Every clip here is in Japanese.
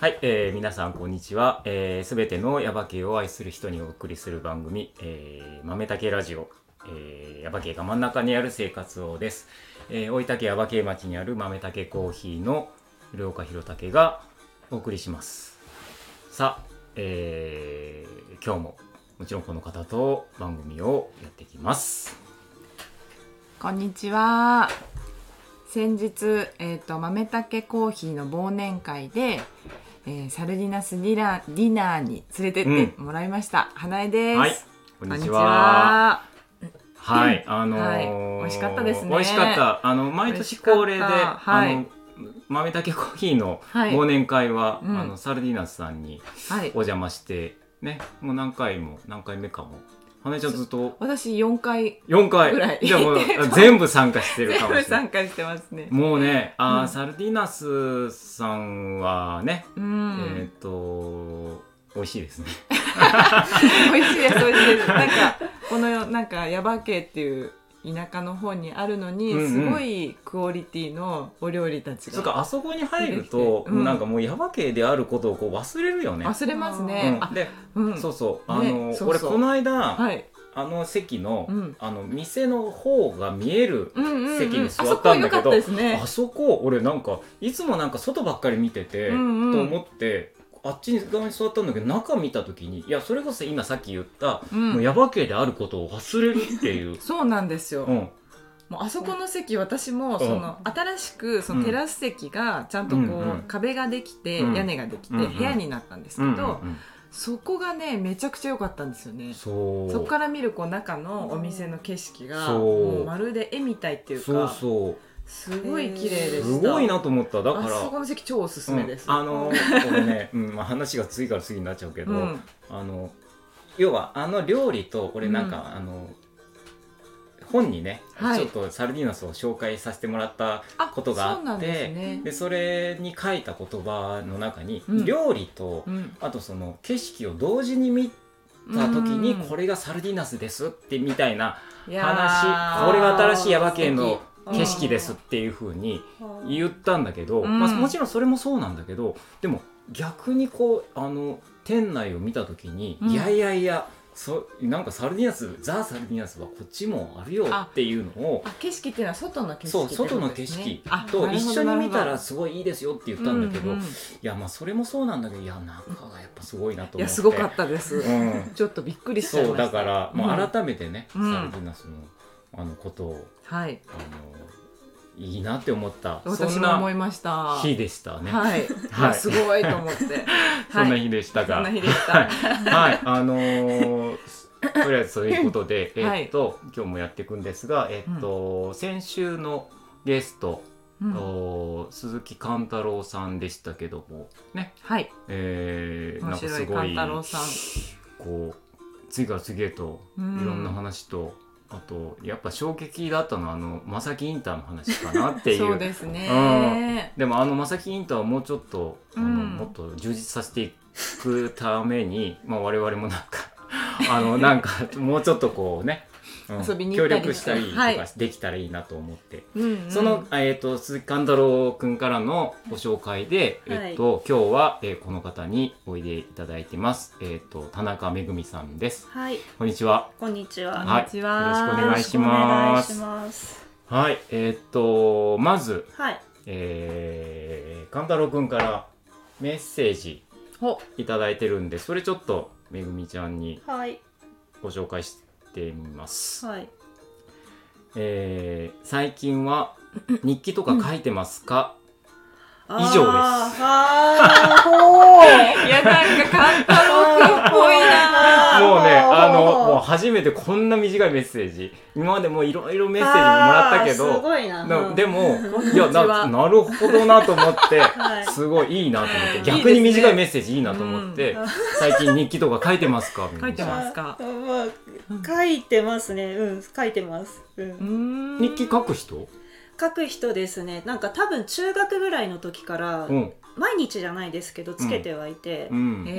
はい、えー皆さんこんにちは。す、え、べ、全てのヤバ系を愛する人にお送りする番組、えー、豆竹ラジオ、えー、ヤバ系が真ん中にある生活をです。えー、大分県ヤバ系町にある豆竹コーヒーの両岡弘武がお送りします。さあ、えー、今日ももちろんこの方と番組をやっていきます。こんにちは。先日、えっ、と、豆竹コーヒーの忘年会で。えーサルディナスディラディナーに連れてってもらいました。花江です。はい、ここんんににちちは。は。 はい、あのーはい美味しかったですね美味しかった。あの毎年恒例で、美味しかったはあいの豆竹コーヒーのはい忘年会は、うんあのサルディナスさんにはいお。邪魔してね、もう何回も何回目かも。花江ちゃんずっと私四回4回ぐらいじゃあもう 行ってます全部参加してる全かも部しれない参。加してますね。もうね、あー、うんサルディナスさんはね、えうっ、ん。と美味しい ですね。美味しいです。美味し いです。なんかこのなんかヤバ系っていう。田舎の方にあるのに、うんうんすごいクオリティのお料理たちそがうかあそこに入ると、うんなんかもうヤバ系であることをこう忘れるよね。忘れますうね。んあ、でうんそうそう、あねの、そうそう俺この間、はい。あの席の、うんあの店の方が見える。うんうんうん、席に座ったんだけどあそこ良かったですねあ。そこ俺なんかいつもなんか外ばっかり見てて、うんうんと思ってあっち側に座ったんだけど中見た時にいやそれこそ今さっき言った、うんもうヤバ系であることを忘れるっていう そうなんですよ、うんもうあそこの席私もその新しくそうのんテラス席がちゃんとこう、うんうん壁ができて、うん屋根ができて、うんうん部屋になったんですけうど、んうんそこがねめちゃくちゃ良かったんですようねん、そうそこから見るこう中のお店の景色がそうもうまるで絵みたいっていうかそうそすごい綺麗うでしたすごいなと思っただかあらそこの席超おすすめです、うんあの俺ね、うんまあ、話が次から次になっちゃうけど、うんあの要はあの料理と俺なんか、うんあの本にね、はいちょっとサルディナスを紹介させてもらったあことがあってそうなんですねでそれに書いた言葉の中に、うん料理と、うんあとその景色を同時に見た時にこれがサルディナスですってみたいな話これが新しいヤバ系の景色ですっていう風に言ったんだけど、うんまあ、もちろんそれもそうなんだけどでも逆にこうあの店内を見た時に、うんいやいやいやそなんかサルディナスザ・サルディナスはこっちもあるよっていうのをあ景色っていうのは外の景色そうってこ外とので景すね色あと一緒に見たなるほどなるほどらすごいいいですよって言ったんだけど、ういんうんやまあそれもそうなんだけどいや中がやっぱすごいなと思っていやすごかったです、うんちょっとびっくりしち ゃいそまうしただから、もう改改めてね、うんサルディナスのあのことをはいあのいいなって思ったそ私んも思ないました日でしたね。はい、はいあすごいと思って そんなはい日でしたそが、は、んない日でしたはい、あの ーとりあえずそういうことで、はいえっと今日もやっていくんですが、えっと、先週のゲスト、うんお鈴木貫太郎さんでしたけども、ね、はいえー、な面んか白すいご勘い太郎さんこう次から次へというんろんな話と、あとやっぱ衝撃だったのはあの正木インターの話かなっていそうですねうでもあのまさきインターはもうちょっと、あのうんもっと充実させていくために、 まあ、我々もなんかあのなんかもうちょっとこうね、うん遊びに協行ったり力したりとはいかできたらいいなと思って、うんうんその、えー、と鈴木勘太郎君からのご紹介で、はいえっと今日は、えーこの方においでいただいてます、えっと田中めぐみさんですはい、こんにちはこんにちこんは。はいにちは、よろしくおよろ願いししくお願まいすします。はいえっとまずはい、えー、勘太郎くんからメッセージほいただいてるんでそれちょっとめぐみちゃんにはい、ご紹介してみます、はい。えー、最近は日記とか書いてますか、以以上ですあーほーいやなんか勘太郎くんっぽいな あーもうねあのもうほ初めてこんな短いメッセージ今までもういろいろメッセージもらったけあーすどごいな。なうんでもんいやにちはななるほどなと思って はいすごいいいなと思ってうん逆にいいですね短いメッセージいいなと思ってうん最近日記とか書いてますかめぐみち書いてゃんますかあまあ書いてますね。うん、書いてます。うんうー ん日記書く人書く人ですね。なんか多分中学ぐらいの時からうん。毎日じゃないですけどつけてはいてう、ん。へ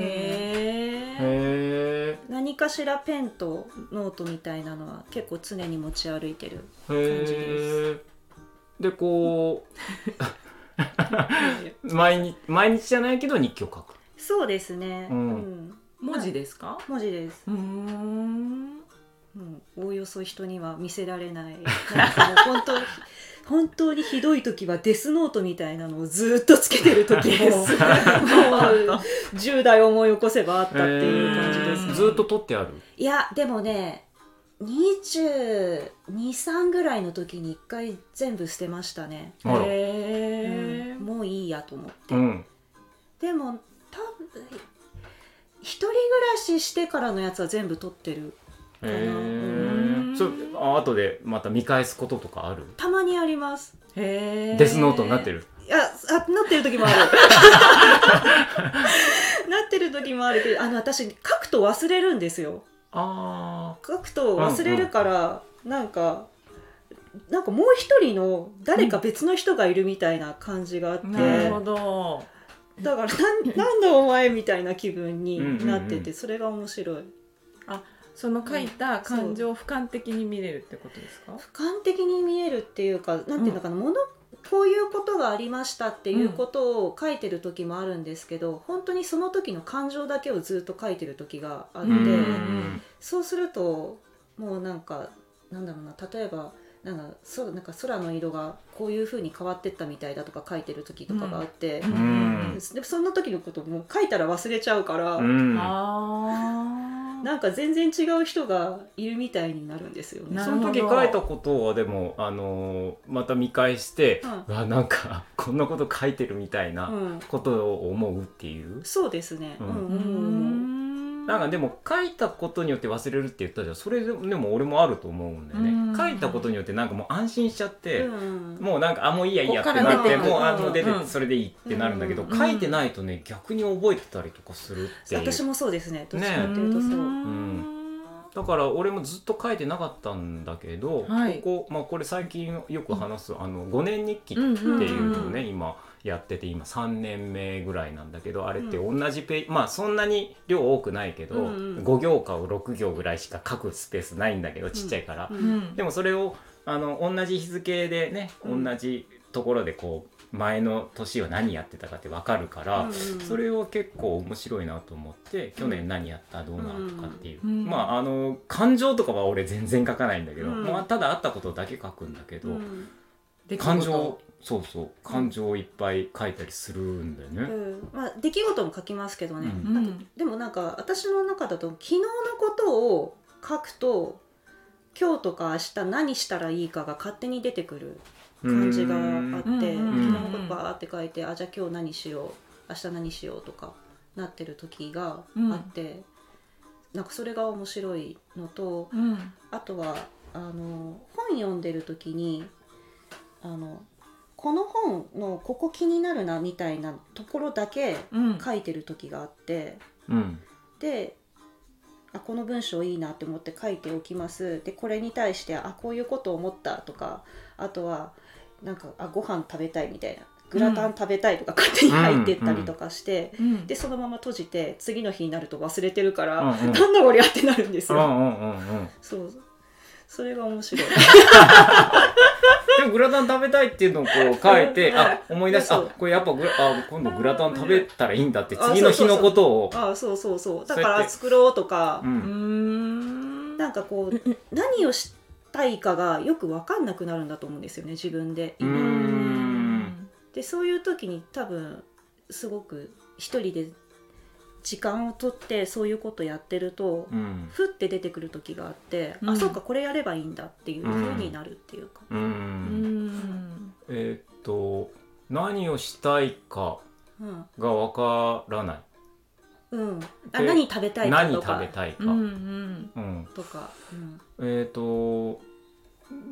へーえ。何かしらペンとノートみたいなのは結構常に持ち歩いてる。へえ。で、こう。毎日毎日じゃないけど日記を書くそうですね、ううんん文字ですか、文字ですうーんもうおおよそ人には見せられないなんかもう本当 本当にひどい時はデスノートみたいなのをずーっとつけてる時ですもう10代思い起こせばあったっていう感じです、えねーずーっと撮ってあるいやでもね223ぐらいの時に1回全部捨てましたね、あらへえ、うんもういいやと思って、うんでも多分一人暮らししてからのやつは全部取ってるへうーんそれあ後でまた見返すこととかあるたまにありますへえデスノートになってるいやあなってる時もあ るなってる時もあるけどあの私書くと忘れるんですよあ書くと忘れるから、なんかなんかもう一人の誰か別の人がいるみたいな感じがあって、なるほどだからなん なんだお前みたいな気分になってうんうんうてそれが面白いその書いた感情を俯瞰的に見れるってことですか俯瞰的に見えるっていうかなんていうのかな、ものこういうことがありましたっていうことを書いてる時もあるんですけど、本当にその時の感情だけをずっと書いてる時があっあうて、うんんそうするともうなんかなんだろうな例えばなんかそなんか空の色がこういう風に変わってったみたいだとか書いてる時とかがあって、うんうんでそんな時のこともう書いたら忘れちゃうから、うんああなんか全然違う人がいるみたいになるんですよねな。その時書いたことはでも、あのーまた見返して、うわなんかこんなこと書いてるみたいなうん、ことを思うっていう、そうですね。ううんんううんーうんんなんかでも書いたことによって忘れるって言ったじゃんそれでもでも俺もあると思うんだようねん書いたことによってなんかもう安心しちゃって、うん。もうなんかあもういいやいいやっこってからな出っててくるもうあの出てうんそれでいいってなるんだけど、うん書いてないとね逆に覚えてたりとかするっていう私もそうですね。どっちねかえっていうとそう。んだから俺もずっと書いてなかったんだけど、はいここ、まあ、これ最近よく話す、あの5年日記っうんうんっていうのをね、今やってて今3年目ぐらいなんだけどあれって同じページ、まあそんなに量多くないけど、うんうん5行か6行ぐらいしか書くスペースないんだけどちっちゃいから、ううんんでもそれをあの同じ日付でねうん同じところでこう前の年は何やってたかって分かるから、それを結構面白いなと思って去年何やったどうなとかっていう、うんまああの感情とかは俺全然書かないんだけど、うんまあ、ただあったことだけ書くんだけど。うん出来事感情そうそう感情をいっぱい書いたりするんだようね。んまあ出来事も書きますけどね。うんうんでもなんか私の中だと昨日のことを書くと。今日とか明日何したらいいかが勝手に出てくる感じがあっうんてうんうん昨日のことバーって書いてあじゃあ今日何しよう明日何しようとかなってる時があって、なんかそれが面白いのとうんあとはあの本読んでる時にあのこの本のここ気になるなみたいなところだけうん書いてる時があってうんであこの文章いいなって思って書いておきますでこれに対してあこういうこと思ったとかあとはなんかあご飯食べたいみたいなグラタン食べたいとか勝手に入ってったりとかして、うんでそのまま閉じて次の日になると忘れてるかうんら、うんなんだこりゃってなるんですうよ。んうんうんうんそうそれが 面白い。でもグラタン食べたいっていうのをこう書いてあ思い出したあそうこれやっぱグラあ今度グラタン食べたらいいんだって次の日のことをあそうそうそうだそうかやってら作ろうとかううーんんなんかこう何をしたいかがよく分かんなくなるんだと思うんですよね自分で。うーんでそういう時に多分すごく一人で時間を取ってそういうことやってると、うんふって出てくる時があって、うあんそうかこれやればいいんだっていう風になるっていうか。ううんんえーっと何をしたいかうんがわからないうん、あで何食べたいか何とか食べたいかうんうんうんとか、うんえっ、と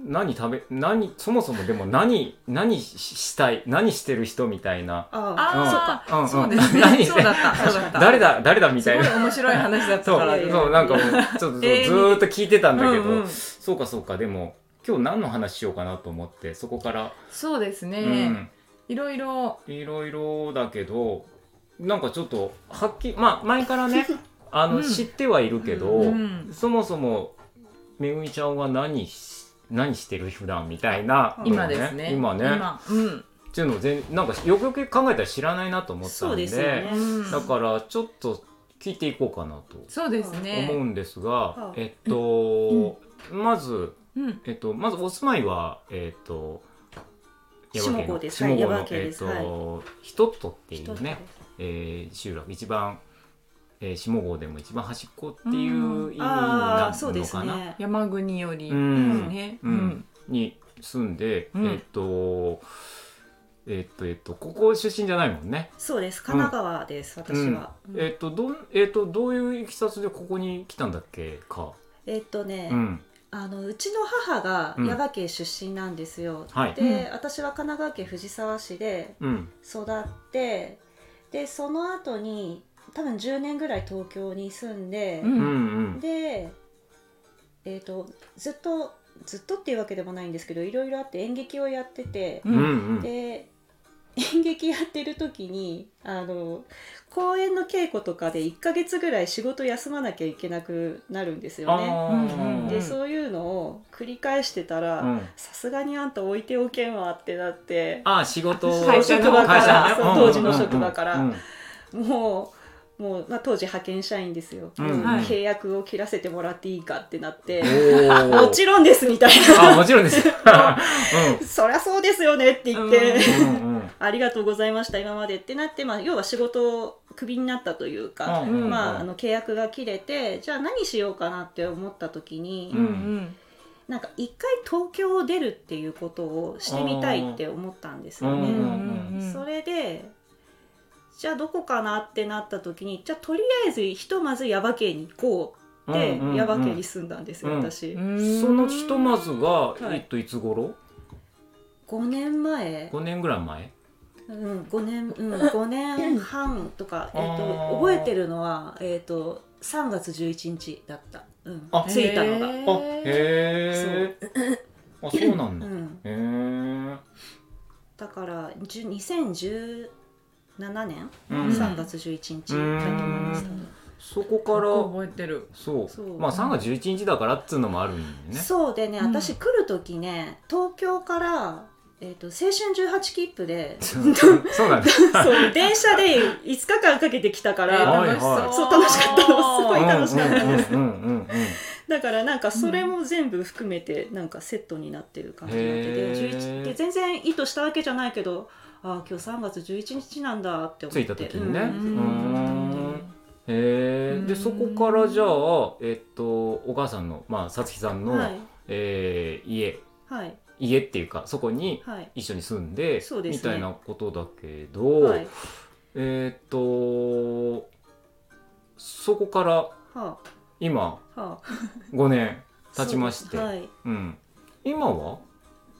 何食べ何そもそもでも何何ししたい何してる人みたいなあうんあうあんそうですね 何そうだったそうだった 誰だ誰だみすたいごいな面白い話だっ たそうからねそうなんかもうちょっと永遠にずーっと聞いてたんだけど、うんうんそうかそうかでも今日何の話しようかなと思ってそこから、そうですね、いろいろうんいろいろだけどなんかちょっとはっきりまあ前から ねあの、うん知ってはいるけど、うんそもそもめぐみちゃんは何し何してる普段みたいな、うん今ですね今ね今うんっていうのを全なんかよくよく考えたら知らないなと思ったそんうでですよね、うんだからちょっと聞いていこうかなとそうですね思うんですがは、いえっと、まず、うんえっと、まずお住まいは、えっと、下郷ですは下い郷耶の馬渓えでっすと、ひとっとってい人う々ねで、えー集落一番、えー下郷でも一番端っこっていう意味にあなあそうるでのすかな。ね山国よりうですんねううんんに住んで、うんえっとえっとえっとここ出身じゃないもんね。そうです神奈川です、私は、うんえっとどんえっとどういういきさつでここに来たんだっけか。えっとね、うんあのうちの母がうん耶馬渓出身なんですよ、はいで、う私は神奈川県藤沢市でうん育ってでその後に多分10年ぐらい東京に住んで、うんうんうんで、えー、とずっとずっとっていうわけでもないんですけどいろいろあって演劇をやってて、うんううんんで演劇やってる時にあの公演の稽古とかで1ヶ月ぐらい仕事休まなきゃいけなくなるんですよね。あーうんうんでそういうのを繰り返してたら、うんさすがにあんた置いておけんわってなってあー仕事を会社の会社ねそううん当時の職場からうんうんもうもう、まあ、当時派遣社員ですよ、うんもうはい契約を切らせてもらっていいかってなってうんおもちろんですみたいろんもな ちろんですうそりゃそうですよねって言って、うんんうんうんありがとうございました今までってなって、まあ、要は仕事をクビになったというか、うんうんうんまあ、あの契約が切れてじゃあ何しようかなって思った時に、うんうんなんか一回東京を出るっていうことをしてみたいって思ったんですようんね。うんうんそれでじゃあどこかなってなった時にじゃあとりあえずひとまず耶馬渓に行こうってうんうんうん耶馬渓に住んだんですよ、うん私ううんんそのひとまずがいえっといつ頃5年前、五年ぐらい前うん、5年、うん、5年 半とか、えー、あーと覚えてるのは、えー、と3月11日だった、うんあ、着いたのが、あへえあそうなんうだへん、えだからじゅ2017年、うん3月11日だと思いました、うんそこかからら覚えてるそうそうまあ3月11日だからっつうのもあるんでねそうでねうん私来る時ね東京から、えー、と青春18切符で そうなんだ そう電車で5日間かけてきたかえーらあはいはいそう楽しかったのすごい楽しかったですうんうんうんうんうんだからなんかそれも全部含めてなんかセットになってる感じになってへてー11で全然意図したわけじゃないけどああ今日3月11日なんだって思って着いた時にねうんうんへえでそこからじゃあえっとお母さんのまあさつきさんのはいえー家はい家っていうかそこにはい一緒に住んでそうですねみたいなことだけど、はいえーっとそこからは今あはあ5年経ちまして、そうはいうん、今は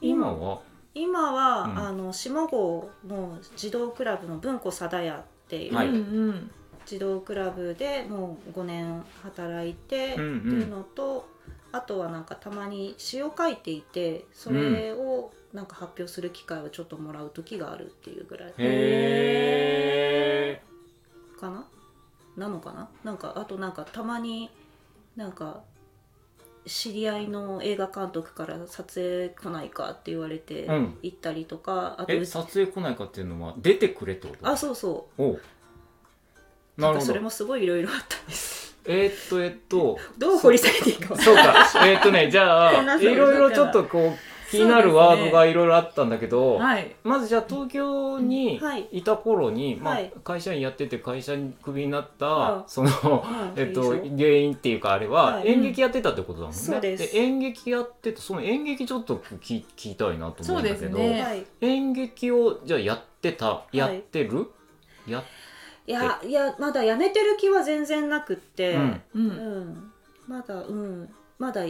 今は今は、うんあの下郷の児童クラブの文庫貞屋っていう、はいうん児童クラブでもう5年働いてっうてんうんいうのと、あとはなんかたまに詩を書いていてそれをなんか発表する機会をちょっともらう時があるっていうぐらいへえかななのかななんかあとなんかたまになんか知り合いの映画監督から撮影来ないかって言われてうん行ったりとか、あとえ撮影来ないかっていうのは出てくれってことあそうそうおうななんるかほそれどもすごいいろいろあったんです。えーっとえーっとどう掘り下げていいかわかんそう かえーっとねじごめんゃあないさいろいろちょっとこう気になるワードがいろいろあったんだけど、はいまずじゃあ東京にはいいた頃に、まあはい会社員やってて会社にクビになった、はいそ の、ない。 えっと、い原いでしょ因っていうかあれは、はい演劇やってたってことだもんね。そうです演劇やっててその演劇ちょっと聞聞きたいなと思うんだけそど、うですねはい。演劇をじゃあやってたやってる、やいやいやまだやめてる気は全然なくって、うんううんんまだうんまだ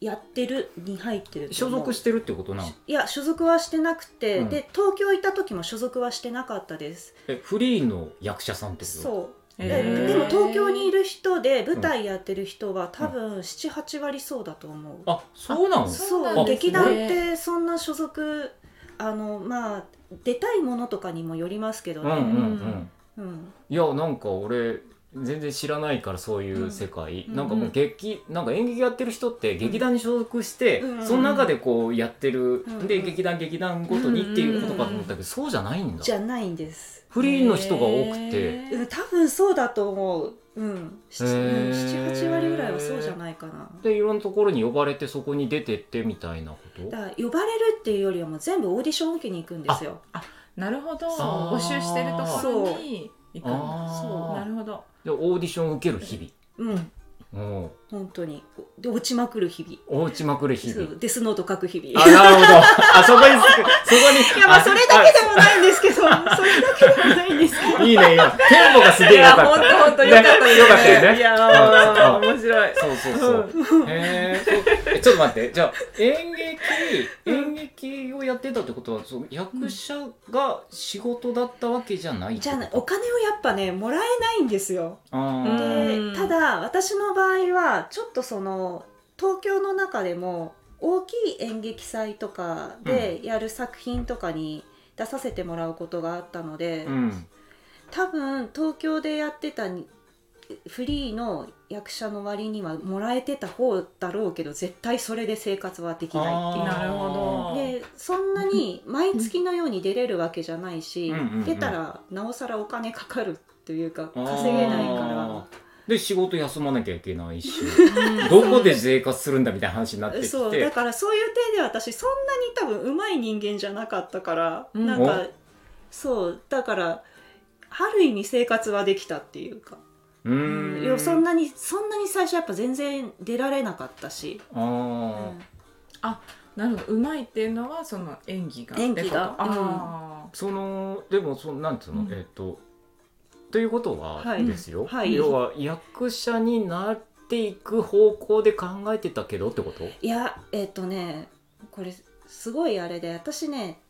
やってるに入ってると所思う。属してるってことなのいや所属はしてなくて、うんで東京いた時も所属はしてなかったです。えフリーの役者さんってことそう。へでーでも東京にいる人で舞台やってる人は多分78割そうだと思う。あそうなのそうそうなんですね劇団ってそんな所属あのまあ出たいものとかにもよりますけどうんうんうね、んうんいやなんか俺全然知らないからそういう世界、うんなんかもう劇なんか演劇やってる人って劇団に所属して、うんその中でこうやってる、うんで劇団劇団ごとにっていうことかと思ったけど、そうじゃないんだじゃないんです。フリーの人が多くてへうん多分そうだと思う。うん。七へー八割ぐらいはそうじゃないかな。でいろんなところに呼ばれてそこに出てってみたいなことだから呼ばれるっていうよりはもう全部オーディションを受けに行くんですよ。なるほどそう募集してるところに行くんだあーそうなるほどでオーディションを受ける日うん。々おう本当に。で落ちまくる日々。おうちまくる日々そうデスノート書く日々。あなるほどあそこにそこにいやまあそれだけあでもないんです けど、それだけでもないんですけあいいねいいねテンポがすいげえよやかっ本当本当たよかったですよかったよねいやーうん面白いそうそうそう。へえそうえ。ちょっと待って。じゃあ演劇演劇をやってたってことは、そう役者が仕事だったわけじゃないってことど。じゃあねお金をやっぱねもらえないんですよ。あうーんでただ私の場合はちょっとその東京の中でも大きい演劇祭とかでやる作品とかに出させてもらうことがあったので、うん。多分東京でやってたにフリーの役者の割にはもらえてた方だろうけど絶対それで生活はできないっていあーうなるほどでそんなに毎月のように出れるわけじゃないし、うんうんうん出たらなおさらお金かかるというか稼げないあかー。で仕事休まなきゃいけないし、うんどこで生活するんだみたいな話になってらきそうだて。からそういう点で私そんなに多分うまい人間じゃなかったから、うんなんかそうだからある意味生活はできたっていうか、うーん。いやそんなにそんなに最初やっぱ全然出られなかったし、あーなるほどうまいっていうのはその演技が演技がってことあそのでもそのなんつうの、うんえっ、とということははいですよ、はい要は役者になっていく方向で考えてたけどってこといやえっ、とねこれすごいあれで私ね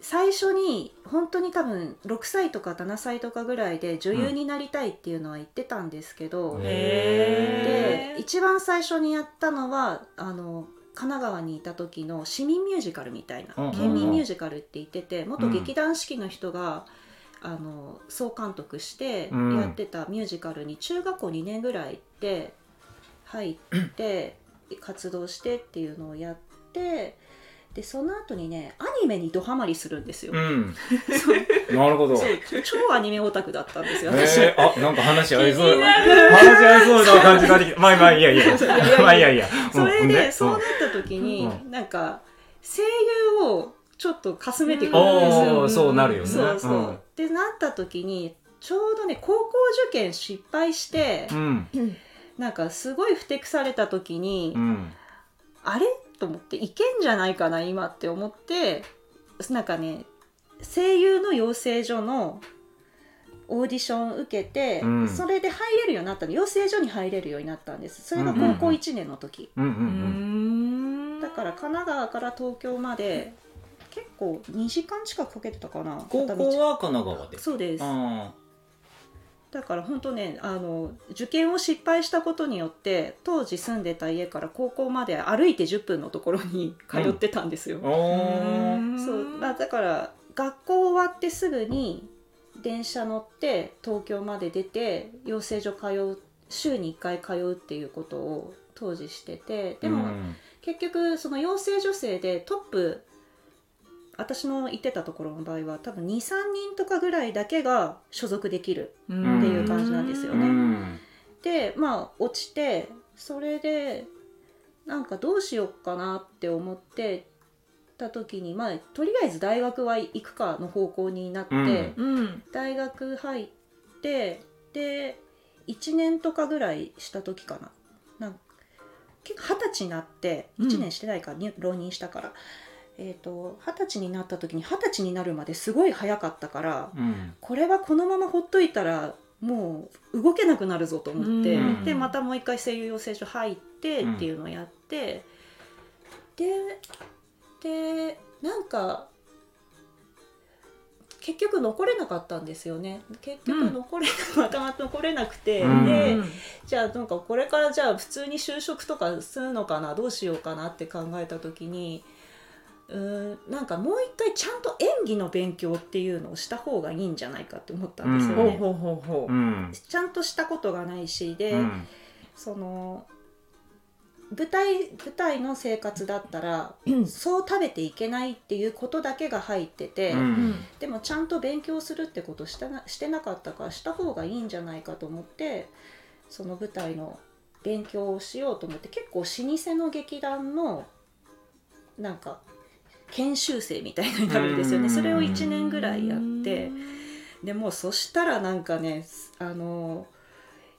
最初に本当に多分6歳とか7歳とかぐらいで女優になりたいっていうのは言ってたんですけど、ーへで一番最初にやったのはあの神奈川にいた時の市民ミュージカルみたいな、うんうんうん県民ミュージカルって言ってて元劇団四季の人が、あの総監督してうんやってたミュージカルに中学校2年ぐらいで入って活動してっていうのをやってでその後にねアニメにドハマりするんですよ。うん なるほどそうへ超アニメオタクだったんですよ私。えあなんか話合いそう気に話な合いそうな感じができてまあまあいいやい やいやいやまあいいやいやそれんで、んそうなった時に、うなんか声優をちょっとかすめてくおるんですおよ。ーそうなるよねそうそう。んでなった時にちょうどね高校受験失敗して、うんなんかすごいふてくされた時に、うんあれと思っていけんじゃないかな今って思ってなんかね声優の養成所のオーディション受けて、うんそれで入れるようになったの養成所に入れるようになったんですそれが高校1年の時。うんうーうんんだから神奈川から東京まで結構2時間近くかけてたかな高片校道は神奈川でそうですあだから本当ねあの受験を失敗したことによって当時住んでた家から高校まで歩いて10分のところに通ってたんですよー、おーそうまあ、だから学校終わってすぐに電車乗って東京まで出て養成所通う週に1回通うっていうことを当時しててでも、うん結局その養成女性でトップ私の行ってたところの場合は多分23人とかぐらいだけが所属できるってっていう感じなんですようねんでまあ落ちてそれでなんかどうしようかなって思ってた時にまあとりあえず大学は行くかの方向になって、うんうん大学入ってで1年とかぐらいした時かななんか結構二十歳になってうん1年してないか、に浪人したからえっ、と二十歳になった時に二十歳になるまですごい早かったからうんこれはこのままほっといたらもう動けなくなるぞと思って、うんでまたもう一回声優養成所入ってっていうのをやって、ででなんか結局残れなかったんですよね結う局ん残れ、またまた残れなくて、うんでうんじゃあなんかこれからじゃあ普通に就職とかするのかなどうしようかなって考えた時にうーんなんかもう一回ちゃんと演技の勉強っていうのをした方がいいんじゃないかって思ったんですよほうね。ほうほうほう。うんちゃんとしたことがないしで、うんその舞台舞台の生活だったら、そう食べていけないっていうことだけが入ってて、ううんんでもちゃんと勉強するってことしたなしてなかったからした方がいいんじゃないかと思ってその舞台の勉強をしようと思って結構老舗の劇団のなんか研修生みたいになるんですようんねそれを1年ぐらいやっうてん。でもうそしたらなんかねあの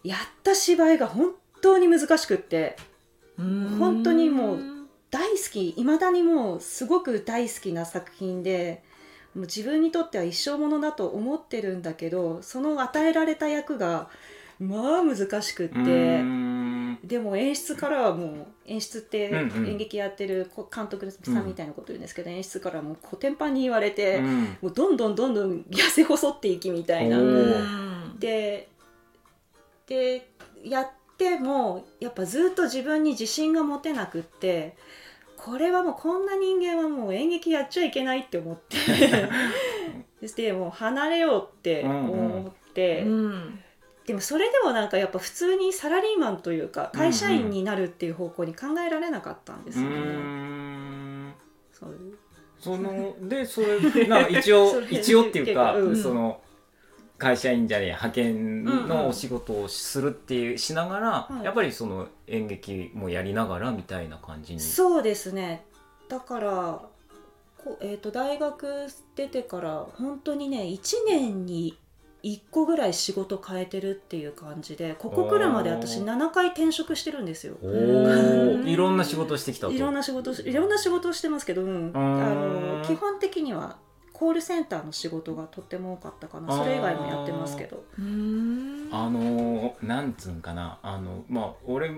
やった芝居が本当に難しくってうん本当にもう大好きいまだにもうすごく大好きな作品でもう自分にとっては一生ものだと思ってるんだけどその与えられた役がまあ難しくっうて。んでも演出からはもう演出ってうんうん演劇やってるこ監督さんみたいなこと言うんですけど、演出からはもうコテンパンに言われて、うんもうどんどんどんどん痩せ細っていきみたいなおーででやってもやっぱずっと自分に自信が持てなくってこれはもうこんな人間はもう演劇やっちゃいけないって思って そしてもう離れようって思って、うんでもそれでもなんかやっぱ普通にサラリーマンというか会社員になるっていう方向に考えられなかったんですうよね。んそうそのでそれが一応 それ一応っていうか、うんその会社員じゃねえ派遣うんのうんお仕事をするっていうしながら、はいやっぱりその演劇もやりながらみたいな感じに。そうですねだからこ、えー、と大学出てから本当にね1年に1個ぐらい仕事変えてるっていう感じでここ来るまで私おー7回転職してるんですよ。おおうんいろんな仕事をしてきたと。いろんな仕事をしいろんな仕事をしてますけど、うーんあの基本的にはコールセンターの仕事がとっても多かったかなそれ以外もやってますけどうんあのーなんつうんかなあのまあ俺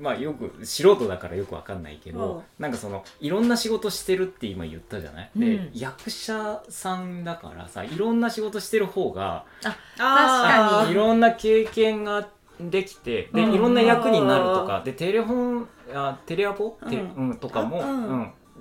まあよく素人だからよくわかんないけど、なんかそのいろんな仕事してるって今言ったじゃない、うでん役者さんだからさいろんな仕事してる方があいろんな経験ができてでうんいろんな役になるとかでテレフォンあテレアポ、うんてうん、とかも、あうん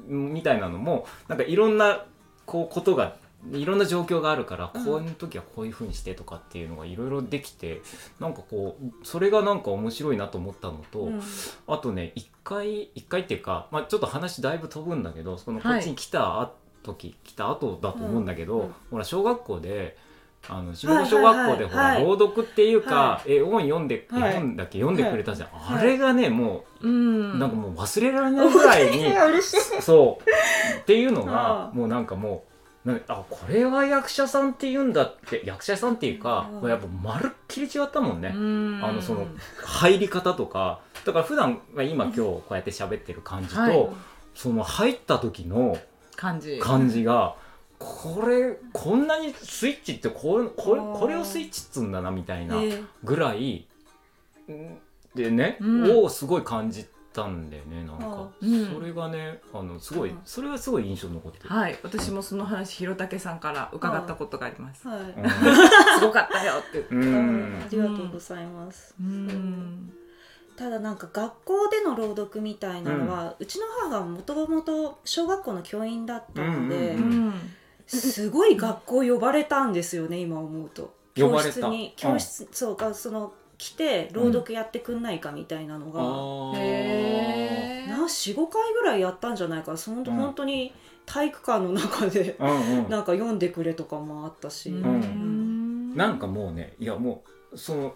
うんみたいなのもなんかいろんなこうことがいろんな状況があるから、うんこういう時はこういうふうにしてとかっていうのがいろいろできてなんかこうそれがなんか面白いなと思ったのと、うんあとね一回一回っていうか、まあ、ちょっと話だいぶ飛ぶんだけどそのこはいっちに来た時、来た後だと思うんだけど、うんうんほら小学校であの下の小学校でほはいはいはいらはい朗読っていうか、は絵本読んで、はい絵本だけ読んでくれたじゃん、はいあれがねもうななんかもう忘れられないぐ らいに、嬉しいそうっていうのあがあもうなんかもうなあこれは役者さんって言うんだって役者さんっていうか、うんもうやっぱまるっきり違ったもんね。ああのその入り方とかだから普段まあ今今日こうやって喋ってる感じと、はいその入った時の感じ感じがこれこんなにスイッチってこうこれあーこれをスイッチっつうんだなみたいなえぐらいんでね、うんをすごい感じたんだよねなんか、うんそれがねあのすごいうんそれはすごい印象に残ってる。 はい私もその話ひろたけさんから伺ったことがありますーはい、うすごかったよってんううんん ありがとうございます。うそうーただなんか学校での朗読みたいなのは、うちの母がもともと小学校の教員だったので、うんうんうんんすごい学校呼ばれたんですよね今思うと呼教ばれた室に教室、そうかその来て朗読やってくんないかみたいなのあが、へーな45回ぐらいやったんじゃないかその、うん本当に体育館の中でーうんうんなんか読んでくれとかもあったし、ううんんなんかもうねいやもうその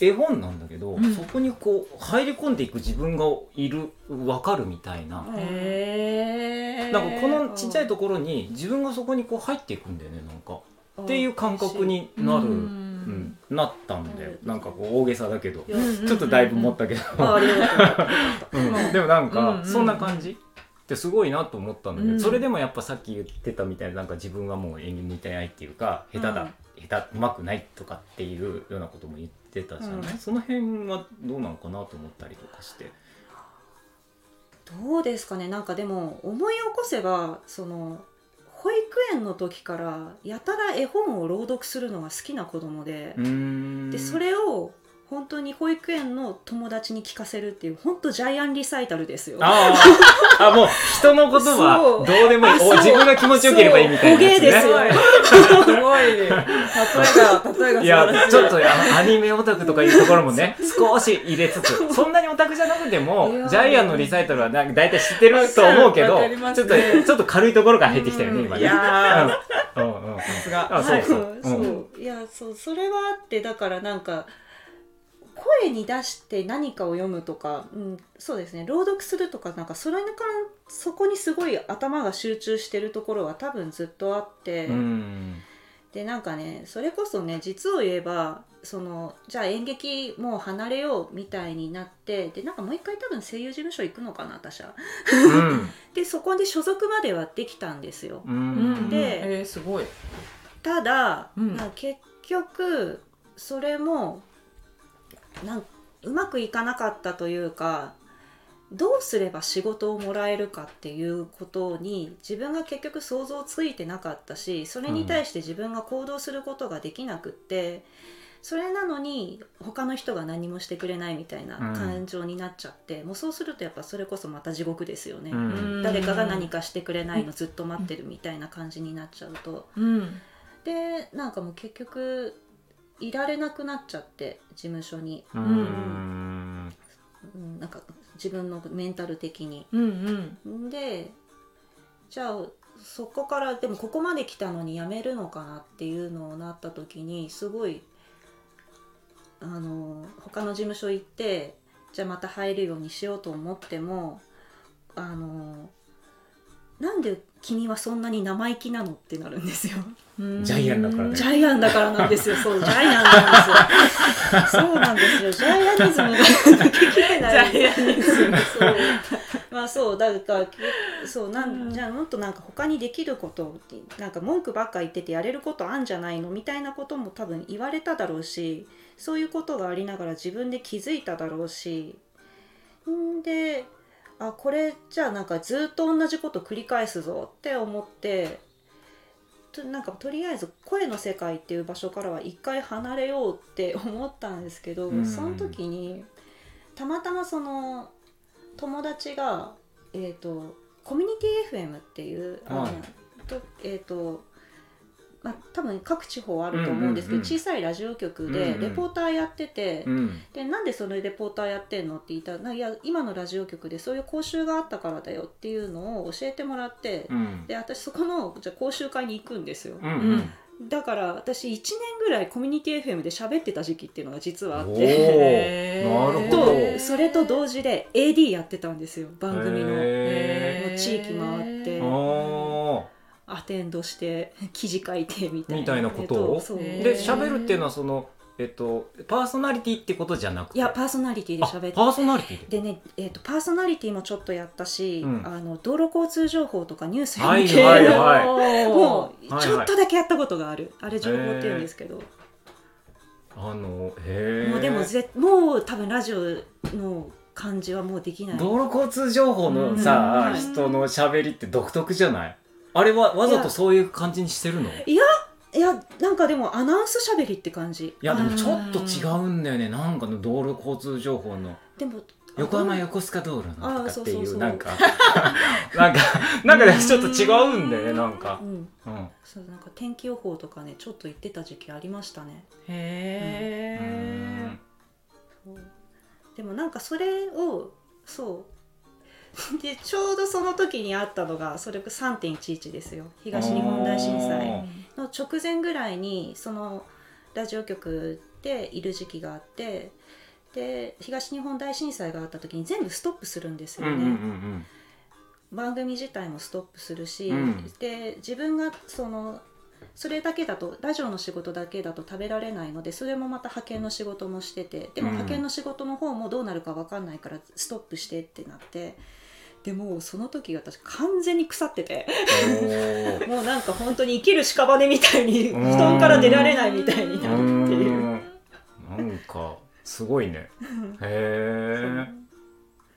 絵本なんだけど、うんそこにこう入り込んでいく自分がいる分かるみたいな、うんへーなんかこのちっちゃいところに自分がそこにこう入っていくんだよねなんか、あっていう感覚になる、ううんんなったんだよなんかこう大げさだけどいやちょっとだいぶ持ったけど、あありがとううんでもなんうんうかんそんな感じってすごいなと思ったんだけど、うんそれでもやっぱさっき言ってたみたいななんか自分はもう演技向いてないっていうか下手だ、下手うまくないとかっていうようなことも言ってたじゃない、うんその辺はどうなのかなと思ったりとかして。どうですかねなんかでも思い起こせばその保育園の時からやたら絵本を朗読するのが好きな子供で,、うーんでそれを本当に保育園の友達に聞かせるっていう本当ジャイアンリサイタルですよ。あーあもう人のことはどうでもいいお自分が気持ちよければいいみたいなやつそうおね芸ですよすごいね例えが例えが いやちょっとあのアニメオタクとかいうところもね少し入れつつ そんなにオタクじゃなくてもいやージャイアンのリサイタルはなんか大体知ってると思うけどわかりまちょすっねとちょっと軽いところから入ってきたよねうん今いね。やうんうんうんうんさすがあそうそうはいうんそういやそうそれはあってだからなんか声に出して何かを読むとか、うん、そうですね朗読するとかなんかそれに関そこにすごい頭が集中してるところは多分ずっとあって、うんでなんかねそれこそね実を言えばそのじゃあ演劇もう離れようみたいになってでなんかもう一回多分声優事務所行くのかな私は。うんでそこで所属まではできたんですよ。ううんん、でえー、すごいただ、うんまあ結局それもなんうまくいかなかったというかどうすれば仕事をもらえるかっていうことに自分が結局想像ついてなかったしそれに対して自分が行動することができなくって、それなのに他の人が何もしてくれないみたいな感情になっちゃって、もうそうするとやっぱそれこそまた地獄ですよね、うん誰かが何かしてくれないのずっと待ってるみたいな感じになっちゃうと。うんでなんかもう結局いられなくなっちゃって事務所に、うんんうん、なんか自分のメンタル的にうんうんでじゃあそこからでもここまで来たのに辞めるのかなっていうのをなった時にすごいあの他の事務所行ってじゃあまた入るようにしようと思ってもあのなんで君はそんなに生意気なのってなるんですよ。うんジャイアンだからねジャイアンだからなんですよ。そう、ジャイアンなんですよ。そうなんですよ。ジャイアニズムが抜けきれない。ジャイアニズムそう。まあそう、だから、そう、なん、うんじゃあもっとなんか他にできること、なんか文句ばっか言っててやれることあんじゃないのみたいなことも多分言われただろうし、そういうことがありながら自分で気づいただろうし、んで、あ、これじゃあなんかずっと同じこと繰り返すぞって思って、となんかとりあえず声の世界っていう場所からは一回離れようって思ったんですけど、うんその時にたまたまその友達が、えー、とコミュニティ FM っていうあの、はいとえーとまあ、多分各地方あると思うんですけど、うんうんうん小さいラジオ局うんでうんレポーターやってて、うんでなんでそれレポーターやってんのって言ったらないや今のラジオ局でそういう講習があったからだよっていうのを教えてもらって、うんで私そこのじゃあ講習会に行くんですよ、うんだから私1年ぐらいコミュニティ FM で喋ってた時期っていうのが実はあっおてーなるほどへーとそれと同時で AD やってたんですよ番組のへもう地域回ってーへーあアテンドして記事書いてみたいなみたいなことをそうーへーで喋るっていうのはそのえっとパーソナリティってことじゃなくていやパーソナリティであ喋ってパーソナリティででね、えー、とパーソナリティもちょっとやったし、うんあの道路交通情報とかニュースはい関係のはいはいもはいはういちょっとだけやったことがある、あれ情報っていうんですけど、あのへえもうでもぜもう多分ラジオの感じはもうできない道路交通情報のさ、うん人の喋りって独特じゃないあれはわざとそういう感じにしてるのいいやなんかでもアナウンスしゃべりって感じやでもうんちょっと違うんだよねなんかの道路交通情報のでも横浜横須賀道路のとかっていあそうそうそううなんか なんかなんかねうんちょっと違うんだよねなんかう、んうん、そうなんか天気予報とかねちょっと言ってた時期ありましたねうへーんそうでもなんかそれをそうでちょうどその時にあったのがそれこそ3.11ですよ東日本大震災ーの直前ぐらいにそのラジオ局でいる時期があってで東日本大震災があった時に全部ストップするんですうんようね、んうん番組自体もストップするし、うんで自分がそのそれだけだとラジオの仕事だけだと食べられないのでそれもまた派遣の仕事もしててでもうん派遣の仕事の方もどうなるか分かんないからストップしてってなってでもうその時私完全に腐ってて。 うんもうなんか本当に生きる屍みたいに布団から出られないみたいにおなるっていう。ーなんかすごいねへえ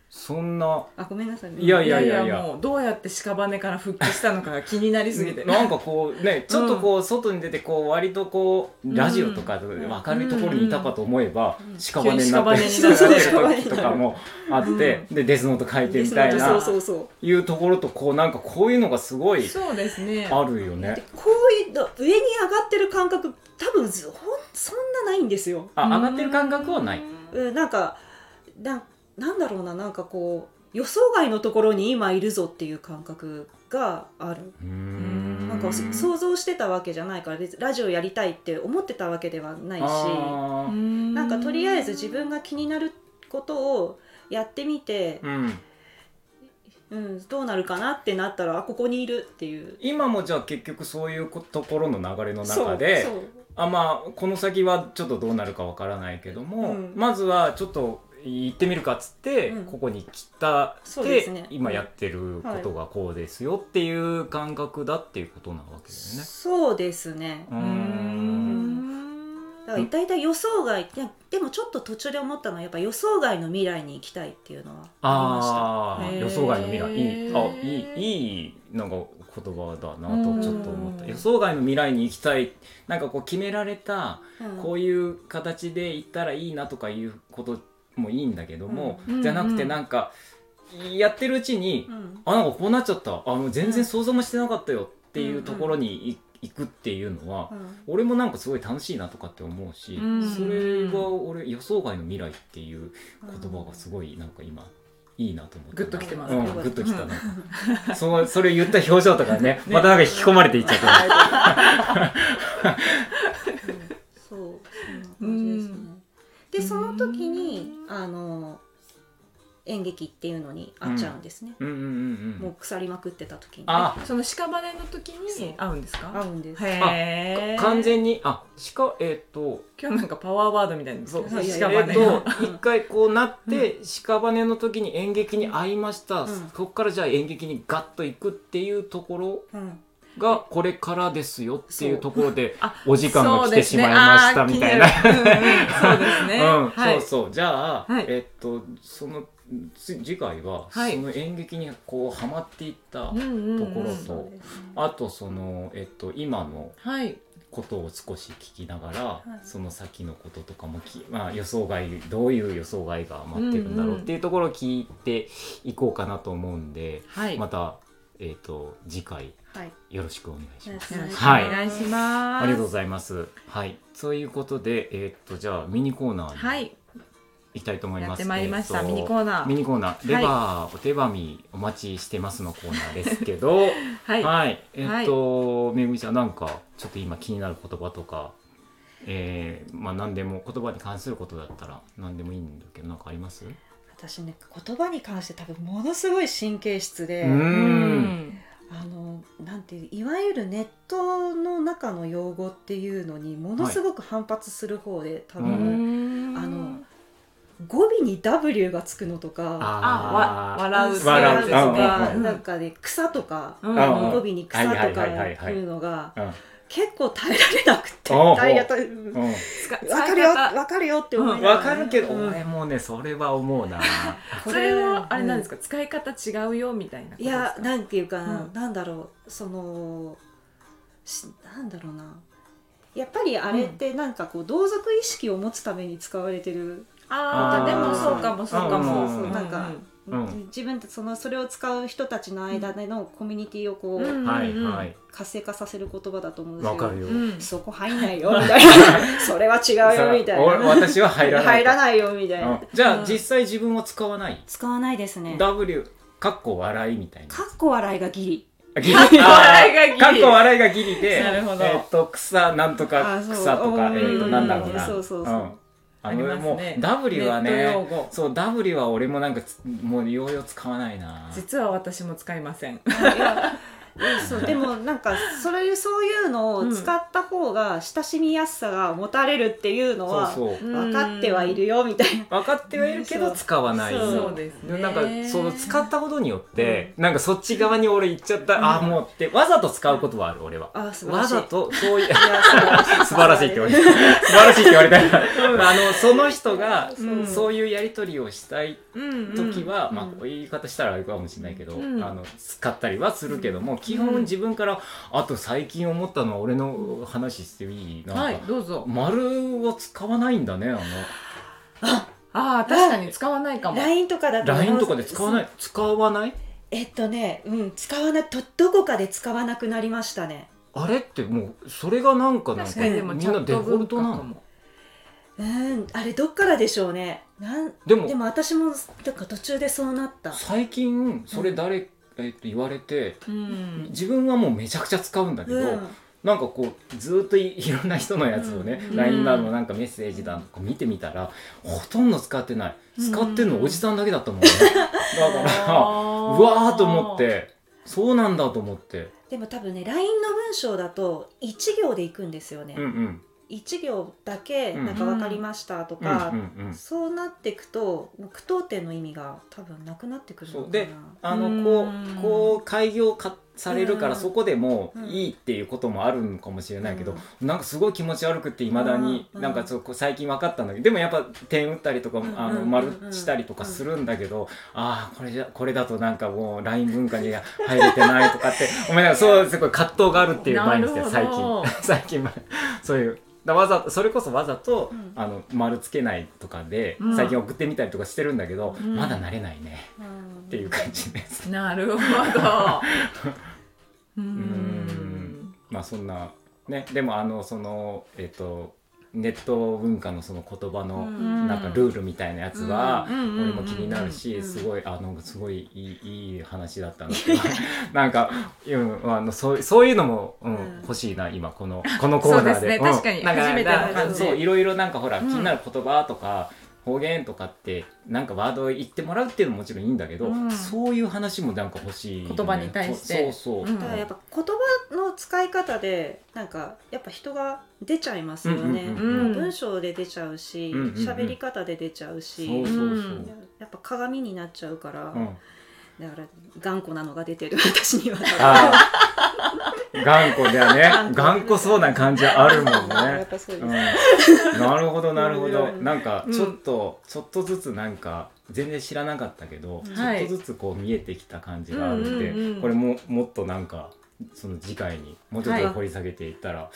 そんなあごめんなさいねいやいやもうどうやって屍から復帰したのかが気になりすぎてなんかこうねちょっとこう外に出てこう割とこうラジオとかで明るいところにいたかと思えばうん屍になったり急に屍になったりとかもあってでデスノート書いてみたいそうなそうそういうところとこうなんかこういうのがすごいそうですねあるよでね。こういうの上に上がってる感覚多分ずほんそんなないんですよ。あ上がってる感覚はない。うん、なんかなんなんだろうななんかこう予想外のところに今いるぞっていう感覚がある。うーんなんかそ想像してたわけじゃないから別にラジオやりたいって思ってたわけではないしあーななんかとりあえず自分が気になることをやってみてう、んうん、どうなるかなってなったらあここにいるっていう。今もじゃあ結局そういうこところの流れの中でそうそうあまあこの先はちょっとどうなるかわからないけども、うんまずはちょっと行ってみるかっつって、うんここに来たそうでですね今やってることがこうですよっていう感覚だっていうことなわけだよね。そうですね。うーうーんんだから大体予想外、いやでもちょっと途中で思ったのはやっぱ予想外の未来に行きたいっていうのはあああへーー予想外の未来いいあいいいいなんか言葉だなとちょっと思ったうん予想外の未来に行きたいなんかこう決められたりました。こういう形で行ったらいいなとかいうこともいいんだけども、うんじゃなくうんうてんなんかやってるうちに、うんうんあなんかこうなっちゃったあもう全然想像もしてなかったよっていうところにい行くっていうのは、うん俺もなんかすごい楽しいなとかって思うし、うんそれが俺予想外の未来っていう言葉がすごいなんか今。いいなと思ってグッときてますうん、グッときたな、そうそれ言った表情とか ねまたなんか引き込まれていっちゃったそうそんな感じですね。でその時にあの演劇っていうのに会っちゃうんですね。うんうんうんうもんう腐りまくってた時にあその屍の時そうに会うんです会かうんです。へえ完全にあしかえっ、と今日なんかパワーワードみたいなそう、いやいやえ屍っのと一回こうなって屍の時に演劇に会いました、うんそこからじゃあ演劇にガッと行くっていうところうんがこれからですよっていうところであお時間が来てしまいましたみたいなう,、そうですねあー気になるうんうんそうですん、ねはいそうそうじゃあ、はいえっとそのつ次回は、はいその演劇にこうハマっていったうんうんうんところとそうですねあとその、えっと、今のはいことを少し聞きながら、いその先のこととかもき、まあ、予想外どういう予想外が待ってるんだろうっていうところを聞いていこうかなと思うんで、はいまた、えー、と次回はい。よろしくお願いします。よろしくおはい願いしますありがとうございます。はい、ということで、えっ、と、じゃあ、ミニコーナはーにい行きたいと思いやまっす。てまいりましたえーミとニコーナミーニコーナー、レバー、お手紙、お待ちしてますのコーナーですけど。はいはい、えっと、めぐみさん、なんか、ちょっと今気になる言葉とか。えー、まあ、何でも、言葉に関することだったら、何でもいいんだけど、なんかあります。私ね言葉に関して多分ものすごい神経質で。うー。うんあのなんていういわゆるネットの中の用語っていうのにものすごく反発する方で、多う分、んあの語尾に W がつくのとあかわあ笑うそう笑うですうんうんねうんなんかね草とか、うんあ語尾に草はといはいはいかはいいうのがあ。結構耐えられなくておう耐えられたう分ん。使使いかるよ方分かるよって思いながらわかるけど、うん俺もね、それは思うな。それはあれなんですか、か、使い方違うよみたいなことうんでいすかやなんていうかな、うんなんだろうそのしなんだろうなやっぱりあれってなんかこう同族意識を持つために使われてるああーあでもそうかもそうかも、うんそうそうなんかうん自分たちそのそれを使う人たちの間でのコミュニティをこう、うんはい、はい。活性化させる言葉だと思うんですわよ。かるよ。うんそこ入んな いよみたいな それは違さうよみたい俺な私は入らない。入らないよみたいな、うんじゃあ、実際自分は使わない。使わないですね W かっこ笑いみたいな。かっこ笑いがギリギリ笑いがギリかっこ笑いがギリで、なるほどえっと草なんとかあそう草とうかんえっとなんだろうな。そうそうそうんあありまのすねもう W はネット用ね、語そう W は俺もなんかつもうようよう使わないな。実は私も使いませんいやそうでもなんかそれそういうのを使った方が親しみやすさが持たれるっていうのそうはそう分かってはいるよみたいな。分かってはいるけどそう使わないそうそうですねなんかその使ったことによって、なんかそっち側に俺行っちゃった、ああもうってわざと使うことはある俺はあ素晴らわしいざとそういういや素晴らしい素晴らしいって言われた素晴らしいって言われたあのその人が、うんそういうやり取りをしたいうん時は、まあうんこういう言い方したらあれかもしれないけど、うんあの使ったりはするけども、基本自分からあと最近思ったのは俺の話していいな、はいどうぞ丸を使わないんだねあのああ確かに使わないかも LINE とかだと LINE とかで使わない使わないえっとね、うん、使わなとどこかで使わなくなりましたね。あれってもうそれがなんかなん確かかにでもみチんャなッデトフォル文ト化なかのもうん、あれどっからでしょうね。なんでもでも私もなんか途中でそうなった。最近それ誰、えっと言われてうん自分はもうめちゃくちゃ使うんだけど、うん、なんかこうずーっといいろんな人のやつをね、うん LINE だのなんかメッセージだのこう見てみたらほとんど使ってない使ってるのおじさんだけだったもんね、だからあ うわーと思ってそうなんだと思ってでも多分ね LINE の文章だと1行でいくんですよね、うんうん一1行だけうんなんか分かりましたとうんうんか、うんそうなっていくともう句読点の意味が多分なくなってくるのかそうなであうんのこうこう開業かされるからうんそこでもうんいいっていうこともあるのかもしれないけど、なんかすごい気持ち悪くっていまだにうんなんかちょっとこう最近分かったんだけどでもやっぱ点打ったりとかんあのうん丸したりとかするんだけど、ああこれじゃこれだとなんかもう LINE 文化に入れてないとかってお前なんかそうすごい葛藤があるっていう毎日でな最るほど近 最近まそういう。だわざそれこそわざと、うんあの丸つけないとかで、うん最近送ってみたりとかしてるんだけど、うんまだ慣れないねうんっていう感じです。 なるほどうーんんまあそんなねでもあのそのえっ、とネット文化のその言葉のうんなんかルールみたいなやつはうんうんうんうん俺も気になるうしんすごいあのすごいいいいい話だったんだ けど なんか、うん、あのそうそういうのも、うんうん欲しいな今このこのコーナーそうでですねうん確かになんか初めてなんかだけどそういろいろなんかほら、うん気になる言葉とか方言とかってなんかワードを言ってもらうっていうのももちろんいいんだけど、うんそういう話もなんか欲しいよね、言葉に対してそうそう、うんだからやっぱ言葉の使い方でなんかやっぱ人が出ちゃいますよね、うんうんうんうんまあ文章で出ちゃうしうんうんうん喋、り方で出ちゃうしそうそうそう、うんやっぱ鏡になっちゃうから、うん、だから頑固なのが出てる 私にはああ頑固だよね頑固頑固そうな感じはあるもん や っね、ぱそううでん、す、なるほどなるほどうんなんかちょっと、ちょっとずつなんか全然知らなかったけど、うんちょっとずつこう見えてきた感じがあるんで、うんうんうんこれももっとなんかその次回にもうちょっはとい掘り下げていったら、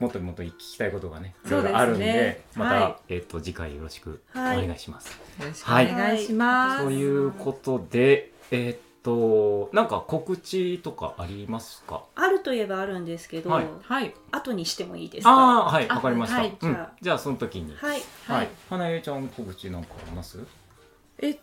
もっともっと聞きたいことがねいそろういですろねあるんでまた、はえっと次回よろしくおはい願いします。よろしくお願いします、ということで、えーっと、なんか告知とかありますか。あるといえばあるんですけど、はいはい後にしてもいいですかああー、はい、あわかりました。はいうんじゃあじゃあ、その時に。はいはいはい、花江ちゃん、告知なんかあります。えっ、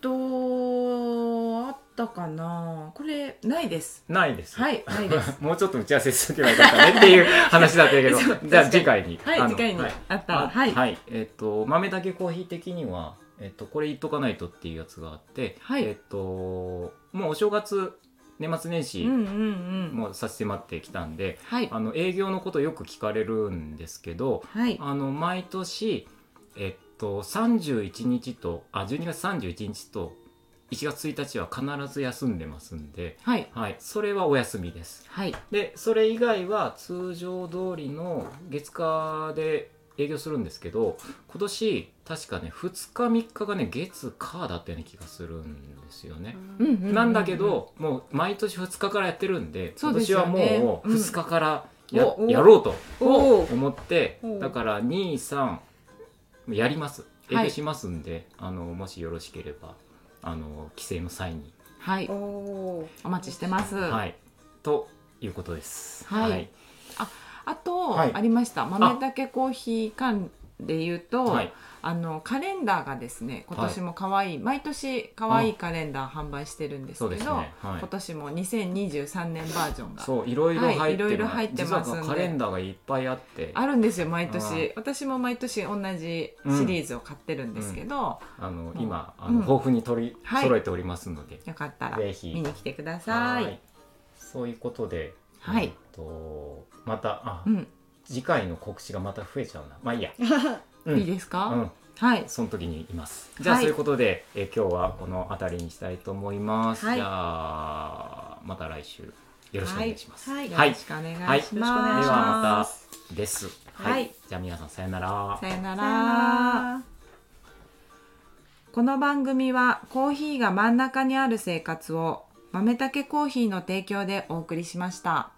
とあったかなこれないですないです。はいない ですもうちょっと打ち合わせしとけばよかったねって いう話だったけどそう確か、にじゃあ、次回に。はいあの次回にはいあったあははいい、えっ、と豆だけコーヒー的には、えっとこれ言っとかないとっていうやつがあって、はいえっ、ともうお正月年末年始、うんうんうんもう差し迫ってきたんで、はいあの営業のことよく聞かれるんですけどはいあの毎年、えっと、31日とあ12月31日と1月1日は必ず休んでますんで、はいはい、それはお休みですはいでそれ以外は通常通りの月火で営業するんですけど今年確かね2日3日がね月火だったような気がするんですよね。うんうんうんうんなんだけど、もう毎年2日からやってるんで、そ今うです年はよねもううん2日からや,、おおやろうとおー思ってお、だから2、3やります。営はい業しますんで、あのもしよろしければあの帰省の際に、はいおーお待ちしてます、はいということです。はいあと、はいありました豆だけコーヒー缶で言うと、はいあのカレンダーがですね今年も可愛い、毎年可愛いカレンダー販売してるんですそうけですど、ね。はい今。年も2023年バージョンがそういろいろはい入っていろいろま入すって実はますんでカレンダーがいっぱいあって、あるんですよ毎あ年ー私も毎年同じシリーズを買ってるんですけど、あのうん今あうんの豊富に取りはい揃えておりますので、よかったらぜひ見に来てくださいは。いそういうことで、はいえっとまたあ、うん、次回の告知がまた増えちゃうなまあいいや、うん、いいですか、うん、はいその時にいますじゃあ、はいそういうことで、えー今日はこの辺りにしたいと思います、はいじゃあまた来週よろしくお願いします、はいよはいろしくお願いします、はいよろしくお願いしますではまたですはい、はいじゃあ皆さんさよさよなさよらならこの番組はコーヒーが真ん中にある生活を豆たけコーヒーの提供でお送りしました。